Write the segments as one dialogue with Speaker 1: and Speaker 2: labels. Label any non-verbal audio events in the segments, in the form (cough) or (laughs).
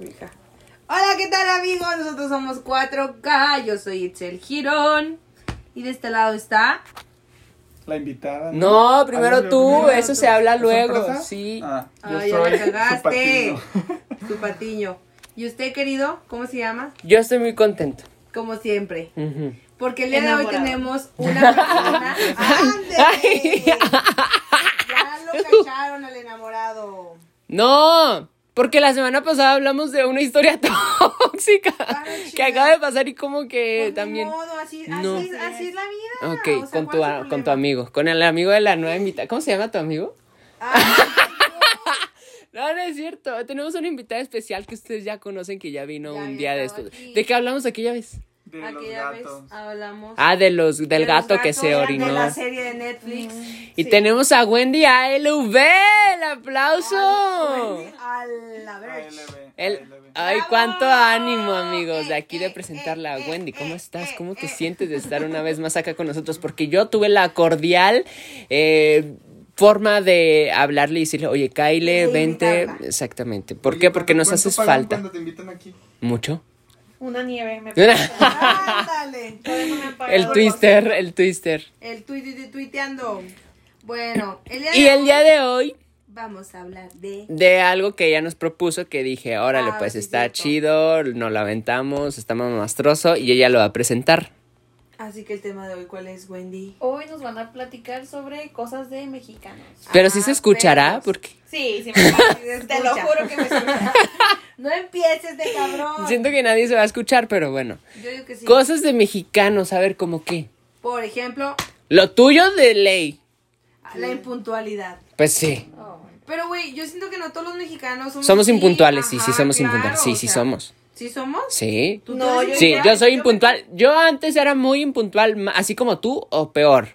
Speaker 1: Hija. Hola, ¿qué tal amigos? Nosotros somos 4K, yo soy Itzel Girón y de este lado está...
Speaker 2: La invitada.
Speaker 3: No, primero
Speaker 2: ¿Alguien
Speaker 3: tú,
Speaker 2: primero?
Speaker 3: eso se habla
Speaker 2: ¿Es
Speaker 3: luego,
Speaker 2: sorpresa?
Speaker 3: sí.
Speaker 2: Ah, yo
Speaker 1: Ay, ya
Speaker 2: soy
Speaker 1: la
Speaker 2: su
Speaker 1: cagaste.
Speaker 2: patino.
Speaker 1: (laughs) Su patiño. ¿Y usted, querido? ¿Cómo se llama?
Speaker 3: Yo estoy muy contento.
Speaker 1: Como siempre.
Speaker 3: Ujú.
Speaker 1: Porque el día de hoy
Speaker 4: Enamorado.
Speaker 3: (laughs)
Speaker 1: tenemos una persona... ¡Ándele!
Speaker 3: Ay.
Speaker 1: Ya lo cacharon al enamorado.
Speaker 3: No, porque la semana pasada hablamos de una historia (laughs) tóxica que
Speaker 1: chingar.
Speaker 3: acaba de pasar y como que
Speaker 1: Pues ni
Speaker 3: Eh, también.
Speaker 1: modo, así, así
Speaker 3: No.
Speaker 1: es, así es la vida.
Speaker 3: Ok,
Speaker 1: o sea,
Speaker 3: con, tu,
Speaker 1: ¿cuál es
Speaker 3: a-
Speaker 1: el
Speaker 3: con tu
Speaker 1: problema?
Speaker 3: amigo, con el amigo de la nueva invitada. ¿Cómo se llama tu amigo?
Speaker 1: Ah,
Speaker 2: (laughs)
Speaker 3: No, no es cierto. Tenemos una invitada especial que ustedes ya conocen que ya vino
Speaker 1: Ya
Speaker 3: un
Speaker 1: había
Speaker 3: día de
Speaker 1: estado
Speaker 3: estos.
Speaker 1: aquí.
Speaker 3: ¿De qué hablamos aquella vez?
Speaker 2: De los
Speaker 1: Aquella vez
Speaker 2: gatos.
Speaker 1: hablamos
Speaker 3: Ah, de los, del
Speaker 1: de los
Speaker 3: gato que
Speaker 1: gatos
Speaker 3: se orinó. Mm.
Speaker 1: De la serie de Netflix.
Speaker 3: Y tenemos a Wendy ALV. ¡El aplauso!
Speaker 1: A la verge.
Speaker 2: ALB,
Speaker 3: El-
Speaker 2: ALB.
Speaker 3: ay,
Speaker 1: ¡Bravo!
Speaker 3: cuánto ánimo, amigos, de
Speaker 1: Eh,
Speaker 3: aquí de
Speaker 1: eh,
Speaker 3: presentarla.
Speaker 1: eh,
Speaker 3: Wendy,
Speaker 1: eh,
Speaker 3: ¿cómo estás?
Speaker 1: eh,
Speaker 3: ¿Cómo te
Speaker 1: eh.
Speaker 3: sientes de estar una vez más acá con nosotros? Porque yo tuve la cordial eh, forma de hablarle y decirle, oye, Kyle,
Speaker 1: De
Speaker 3: vente.
Speaker 1: invitarla.
Speaker 3: Exactamente. ¿Por
Speaker 2: Oye,
Speaker 3: qué? Porque
Speaker 2: ¿cuánto-
Speaker 3: nos
Speaker 2: cuánto
Speaker 3: haces
Speaker 2: pagan
Speaker 3: falta.
Speaker 2: Cuando te invitan aquí. (laughs)
Speaker 3: ¿Mucho? (laughs)
Speaker 4: Una nieve, me (laughs)
Speaker 1: Ándale.
Speaker 3: el twister, el twister.
Speaker 1: El tuit- tuiteando. Bueno, el día de
Speaker 3: Y el
Speaker 1: hoy
Speaker 3: día de hoy,
Speaker 1: vamos a hablar de
Speaker 3: de algo que ella nos propuso, que dije, órale,
Speaker 1: Ah,
Speaker 3: pues
Speaker 1: sí,
Speaker 3: está
Speaker 1: cierto.
Speaker 3: chido, nos la aventamos, está mamastroso, y ella lo va a presentar.
Speaker 1: Así que el tema de hoy cuál es
Speaker 4: (laughs)
Speaker 1: Wendy?
Speaker 4: Hoy nos van a platicar sobre cosas de mexicanos.
Speaker 3: Pero
Speaker 1: Ah,
Speaker 3: sí se escuchará,
Speaker 1: pero-
Speaker 3: porque...
Speaker 4: Sí, sí
Speaker 1: (laughs)
Speaker 4: me escucha. Te lo
Speaker 1: escucha. (laughs)
Speaker 4: juro que me escucha.
Speaker 1: No empieces de cabrón.
Speaker 3: Siento que nadie se va a escuchar, pero bueno.
Speaker 1: Yo digo que sí.
Speaker 3: Cosas de mexicanos, a ver, ¿cómo qué?
Speaker 1: Por ejemplo,
Speaker 3: Lo tuyo de ley.
Speaker 1: la impuntualidad.
Speaker 3: Pues sí.
Speaker 1: Pero, güey, yo siento que no todos los mexicanos somos.
Speaker 3: Somos
Speaker 1: así.
Speaker 3: impuntuales, sí, sí,
Speaker 1: Ajá,
Speaker 3: somos
Speaker 1: claro,
Speaker 3: impuntuales. Sí,
Speaker 1: o
Speaker 3: sí,
Speaker 1: sea,
Speaker 3: somos.
Speaker 1: ¿Sí somos?
Speaker 3: Sí.
Speaker 1: ¿Tú-
Speaker 4: No,
Speaker 1: tú eres
Speaker 3: Sí,
Speaker 1: impuntual?
Speaker 3: yo soy impuntual. Yo antes era muy impuntual, ma- así como tú o peor.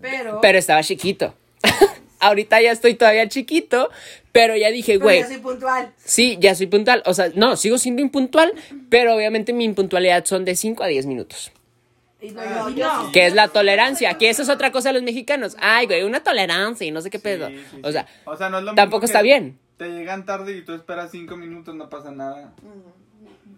Speaker 1: Pero.
Speaker 3: Pero estaba chiquito. (laughs) Ahorita ya estoy todavía chiquito, pero ya dije,
Speaker 1: pero
Speaker 3: güey,
Speaker 1: yo soy puntual.
Speaker 3: sí, ya soy puntual. O sea, no, sigo siendo impuntual, pero obviamente mi impuntualidad son de 5 a 10 minutos.
Speaker 1: Y no,
Speaker 2: Ah,
Speaker 1: yo,
Speaker 2: yo
Speaker 1: no.
Speaker 3: Que es la tolerancia, que eso es otra cosa de los mexicanos. Ay, güey, una tolerancia y no sé qué pedo.
Speaker 2: Sí, sí,
Speaker 3: O
Speaker 2: sí.
Speaker 3: sea,
Speaker 2: O sea, no es lo
Speaker 3: tampoco
Speaker 2: mismo
Speaker 3: está
Speaker 2: que
Speaker 3: bien.
Speaker 2: Te llegan tarde y tú esperas cinco minutos, no pasa nada.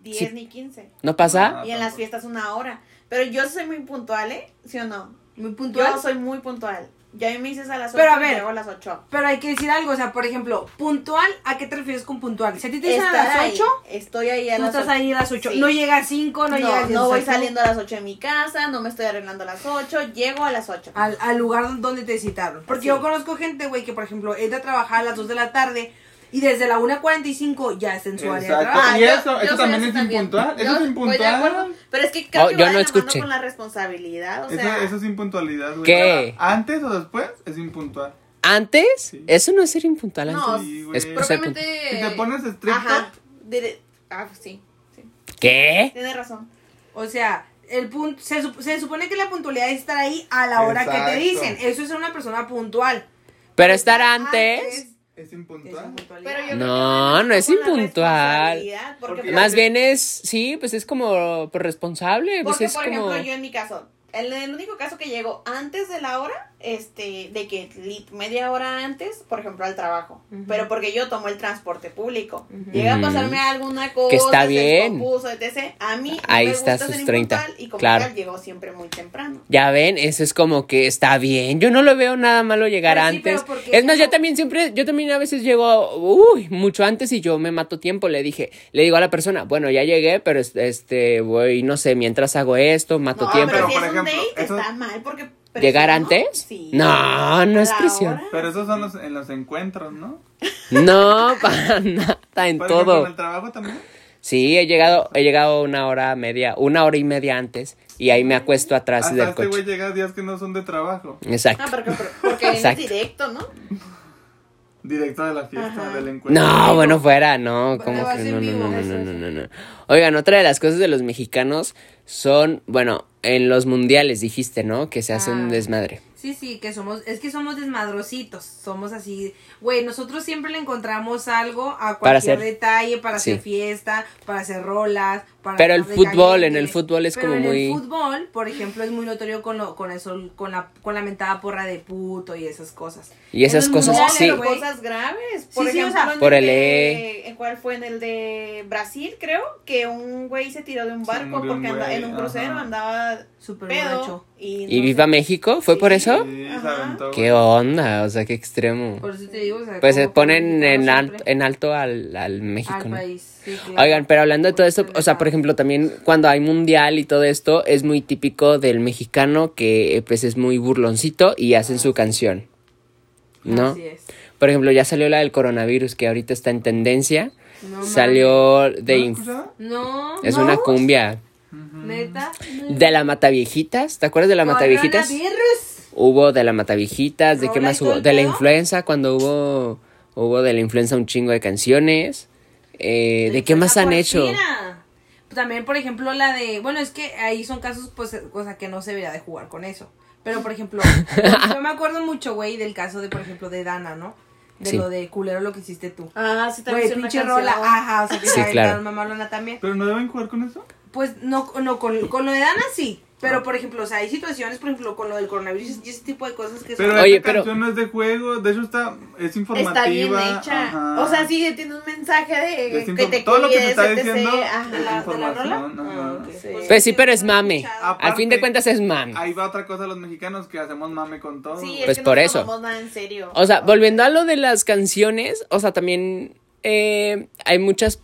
Speaker 4: 10
Speaker 3: Sí.
Speaker 4: ni 15.
Speaker 3: ¿no pasa?
Speaker 2: Ah,
Speaker 4: Y en las fiestas una hora. Pero yo soy muy puntual, ¿eh? ¿Sí o no?
Speaker 1: Muy puntual.
Speaker 4: Yo soy muy puntual. Ya a mí me dices a las 8
Speaker 1: Pero a
Speaker 4: y
Speaker 1: ver.
Speaker 4: llego a las 8.
Speaker 1: Pero hay que decir algo, o sea, por ejemplo, puntual, ¿a qué te refieres con puntual? Si a ti te dicen a las 8,
Speaker 4: Estoy ahí
Speaker 1: tú
Speaker 4: a las
Speaker 1: estás
Speaker 4: 8.
Speaker 1: ahí a las 8.
Speaker 4: Sí.
Speaker 1: No llega a 5, no,
Speaker 4: No,
Speaker 1: llega a
Speaker 4: no,
Speaker 1: 10.
Speaker 4: voy saliendo a las 8 de mi casa, no me estoy arreglando a las 8, llego a las 8.
Speaker 1: al, al lugar donde te citaron. Porque
Speaker 4: Sí.
Speaker 1: yo conozco gente, güey, que por ejemplo entra a trabajar a las 2 de la tarde y desde la 1.45 ya está en su área de
Speaker 2: Exacto.
Speaker 1: trabajo.
Speaker 2: Ah, y eso- eso
Speaker 4: soy
Speaker 2: también
Speaker 4: así
Speaker 2: es impuntual, eso
Speaker 4: Yo
Speaker 2: es
Speaker 4: estoy de
Speaker 2: impuntual.
Speaker 4: acuerdo, pero es que creo
Speaker 3: Oh,
Speaker 4: que
Speaker 3: yo
Speaker 4: va de
Speaker 3: no
Speaker 4: la
Speaker 3: escuché.
Speaker 4: mano con la responsabilidad, o
Speaker 2: Eso,
Speaker 4: sea,
Speaker 2: eso es impuntualidad, güey.
Speaker 3: ¿Qué?
Speaker 2: Antes o después es impuntual.
Speaker 3: Antes,
Speaker 2: Sí.
Speaker 3: eso no es ser impuntual.
Speaker 4: No,
Speaker 3: Antes.
Speaker 2: Sí,
Speaker 3: es
Speaker 2: güey.
Speaker 3: por ser puntual.
Speaker 4: propiamente
Speaker 2: Si te pones estricto,
Speaker 4: Ajá. dire- Ah, sí, sí.
Speaker 3: ¿Qué?
Speaker 4: Tienes razón.
Speaker 1: O sea, el punto, se, sup- se supone que la puntualidad es estar ahí a la hora que te
Speaker 2: Exacto.
Speaker 1: dicen. Eso es ser una persona puntual.
Speaker 3: Pero estar antes.
Speaker 2: es
Speaker 1: es una
Speaker 2: impuntual.
Speaker 1: puntualidad.
Speaker 4: Pero
Speaker 3: No,
Speaker 4: yo creo que va de la
Speaker 3: no es
Speaker 4: mano con la
Speaker 3: impuntual.
Speaker 4: responsabilidad, Porque,
Speaker 2: Porque-
Speaker 3: Más bien es, sí, pues es como por responsable. (laughs) Pues
Speaker 4: Porque,
Speaker 3: es
Speaker 4: por
Speaker 3: como.
Speaker 4: ejemplo, yo en mi caso, el, el único caso que llego antes de la hora, este, de que lit- media hora antes, por ejemplo, al trabajo.
Speaker 1: Ujú.
Speaker 4: Pero porque yo tomo el transporte público. Llega a
Speaker 3: Ujú.
Speaker 4: pasarme alguna cosa,
Speaker 3: Que está
Speaker 4: se
Speaker 3: bien.
Speaker 4: descompuso, etc. A mí no
Speaker 3: Ahí
Speaker 4: me
Speaker 3: está
Speaker 4: gusta
Speaker 3: sus
Speaker 4: ser
Speaker 3: 30,
Speaker 4: impuntual y como
Speaker 3: claro.
Speaker 4: tal llego siempre muy temprano.
Speaker 3: Ya ven, eso es como que está bien. Yo no lo veo nada malo llegar
Speaker 1: Pero sí,
Speaker 3: antes.
Speaker 1: pero porque
Speaker 3: es más,
Speaker 1: yo-
Speaker 3: yo también siempre, yo también a veces llego, uy, mucho antes y yo me mato tiempo. Le dije, le digo a la persona, bueno, ya llegué, pero es- este, voy, no sé, mientras hago esto, mato
Speaker 4: No,
Speaker 3: tiempo.
Speaker 4: pero si
Speaker 2: Pero, por
Speaker 4: es
Speaker 2: ejemplo,
Speaker 4: un date,
Speaker 2: eso-
Speaker 4: está mal porque...
Speaker 3: ¿Llegar
Speaker 4: presión,
Speaker 3: antes?
Speaker 4: Sí.
Speaker 3: No, no
Speaker 4: A
Speaker 3: es
Speaker 4: la
Speaker 3: presión.
Speaker 4: hora.
Speaker 2: Pero esos son los, en los encuentros, ¿no?
Speaker 3: No, (laughs) para nada, en
Speaker 2: Por ejemplo,
Speaker 3: todo.
Speaker 2: ¿En el trabajo también?
Speaker 3: Sí, he llegado, he llegado una hora media, una hora y media antes, y ahí me acuesto atrás
Speaker 2: Hasta
Speaker 3: del
Speaker 2: este
Speaker 3: coche.
Speaker 2: güey llega días que no son de trabajo.
Speaker 3: Exacto.
Speaker 4: Ah, porque, porque es
Speaker 3: Exacto.
Speaker 4: directo, ¿no?
Speaker 2: Directo de la fiesta,
Speaker 4: Ajá.
Speaker 2: del encuentro.
Speaker 3: No, bueno, fuera, no,
Speaker 1: Bueno,
Speaker 3: como
Speaker 1: va a
Speaker 3: que
Speaker 1: ser
Speaker 3: no,
Speaker 1: vivo,
Speaker 3: no, no,
Speaker 1: eso
Speaker 3: no,
Speaker 1: es.
Speaker 3: no, no, no. Oigan, otra de las cosas de los mexicanos son, bueno, en los mundiales dijiste, ¿no? Que se hace
Speaker 1: Ah.
Speaker 3: un desmadre.
Speaker 1: Sí, sí, que somos, es que somos desmadrositos, somos así, güey, nosotros siempre le encontramos algo a cualquier
Speaker 3: Para hacer-
Speaker 1: detalle, para
Speaker 3: sí.
Speaker 1: hacer fiesta, para hacer rolas, para
Speaker 3: Pero el
Speaker 1: estar de
Speaker 3: fútbol, en
Speaker 1: caliente.
Speaker 3: el fútbol es
Speaker 1: Pero
Speaker 3: como muy-
Speaker 1: En el fútbol, por ejemplo, es muy notorio con lo, con eso, con la, con la mentada porra de puto y esas cosas.
Speaker 3: Y esas
Speaker 1: En los
Speaker 3: cosas,
Speaker 1: mundiales,
Speaker 3: sí.
Speaker 4: pero
Speaker 1: güey,
Speaker 4: cosas graves. Por
Speaker 1: Sí, sí, o
Speaker 4: ejemplo,
Speaker 1: sea-
Speaker 4: en
Speaker 3: Por
Speaker 4: el
Speaker 3: el E.
Speaker 4: de- ¿en ¿cuál fue? En el de Brasil, creo, que un güey se tiró de un
Speaker 2: Se
Speaker 4: barco
Speaker 2: murió un
Speaker 4: porque andaba en
Speaker 2: güey,
Speaker 4: un crucero,
Speaker 2: ajá.
Speaker 4: andaba
Speaker 1: Súper
Speaker 4: pedo.
Speaker 1: borracho.
Speaker 4: Y,
Speaker 3: ¿Y
Speaker 4: no
Speaker 3: viva
Speaker 4: sé.
Speaker 3: México? ¿Fue por
Speaker 4: Sí.
Speaker 3: eso?
Speaker 2: Sí, se
Speaker 4: Ajá.
Speaker 2: aventó.
Speaker 3: ¿Qué onda? O sea, qué extremo.
Speaker 1: Por eso te digo, o sea,
Speaker 3: Pues se
Speaker 1: como
Speaker 3: ponen
Speaker 1: que
Speaker 3: en, al-
Speaker 1: siempre
Speaker 3: en alto al, al México,
Speaker 1: al
Speaker 3: ¿no?
Speaker 1: país. sí, claro.
Speaker 3: Oigan, pero hablando de todo esto,
Speaker 1: Porque
Speaker 3: o sea, por ejemplo, también cuando hay mundial y todo esto, es muy típico del mexicano que eh, pues es muy burloncito y hacen su canción. ¿No?
Speaker 1: Así es.
Speaker 3: Por ejemplo, ya salió la del coronavirus que ahorita está en tendencia.
Speaker 1: No
Speaker 3: salió
Speaker 2: ¿No
Speaker 3: de...
Speaker 2: lo
Speaker 3: inf-
Speaker 2: escuchaba?
Speaker 1: No,
Speaker 3: es
Speaker 1: no,
Speaker 3: una cumbia.
Speaker 1: neta.
Speaker 3: Mm. De la Mataviejitas, ¿te acuerdas de la Mataviejitas?
Speaker 1: Coronavirus.
Speaker 3: Hubo de la Mataviejitas, ¿de qué
Speaker 1: Rola y
Speaker 3: más
Speaker 1: todo
Speaker 3: hubo?
Speaker 1: el
Speaker 3: De la
Speaker 1: pedo.
Speaker 3: influenza, cuando hubo hubo de la influenza un chingo de canciones. Eh, ¿De qué más
Speaker 1: La
Speaker 3: han hecho?
Speaker 1: porfina. ah. También, por ejemplo, la de. Bueno, es que ahí son casos, pues, cosa que no se debería de jugar con eso. Pero, por
Speaker 3: (laughs)
Speaker 1: ejemplo, yo me acuerdo mucho, güey, del caso de, por ejemplo, de Dana, ¿no? De
Speaker 3: Sí.
Speaker 1: lo de culero lo que hiciste tú.
Speaker 4: Ah, sí, también
Speaker 1: Güey,
Speaker 4: hicieron una
Speaker 1: pinche
Speaker 4: canción.
Speaker 1: rola, ajá, o sea, que
Speaker 3: Sí,
Speaker 1: se
Speaker 3: claro.
Speaker 1: aventaron mamalona también.
Speaker 2: ¿Pero no deben jugar con eso?
Speaker 1: Pues no, no con, con lo de Dana sí,
Speaker 3: Ah.
Speaker 1: pero por ejemplo, o sea, hay situaciones, por ejemplo, con lo del coronavirus y ese tipo de cosas que
Speaker 2: Pero
Speaker 1: son...
Speaker 2: esta
Speaker 3: Oye, pero-
Speaker 2: canción no es de juego, de hecho está, es informativa.
Speaker 4: Ah, Está bien hecha.
Speaker 2: ajá.
Speaker 4: O sea, sí, tiene un mensaje de
Speaker 2: Es
Speaker 4: que
Speaker 2: info-
Speaker 4: te
Speaker 2: todo lo que te
Speaker 4: cuides,
Speaker 2: está
Speaker 4: etc..
Speaker 2: diciendo
Speaker 4: Ajá.
Speaker 1: ¿De la, de la rola?
Speaker 2: Información,
Speaker 1: Ah,
Speaker 2: ajá.
Speaker 1: ok.
Speaker 4: Sí.
Speaker 3: Pues sí, pero es mame.
Speaker 1: Escuchado.
Speaker 3: Al fin de
Speaker 2: Aparte-
Speaker 3: cuentas es mame.
Speaker 2: Ahí va otra cosa los mexicanos que hacemos mame con todo.
Speaker 4: Sí, es
Speaker 3: Pues
Speaker 4: que
Speaker 3: por
Speaker 4: no
Speaker 3: eso.
Speaker 4: tomamos nada en serio.
Speaker 3: O sea, volviendo a lo de las canciones, o sea, también eh, hay muchas,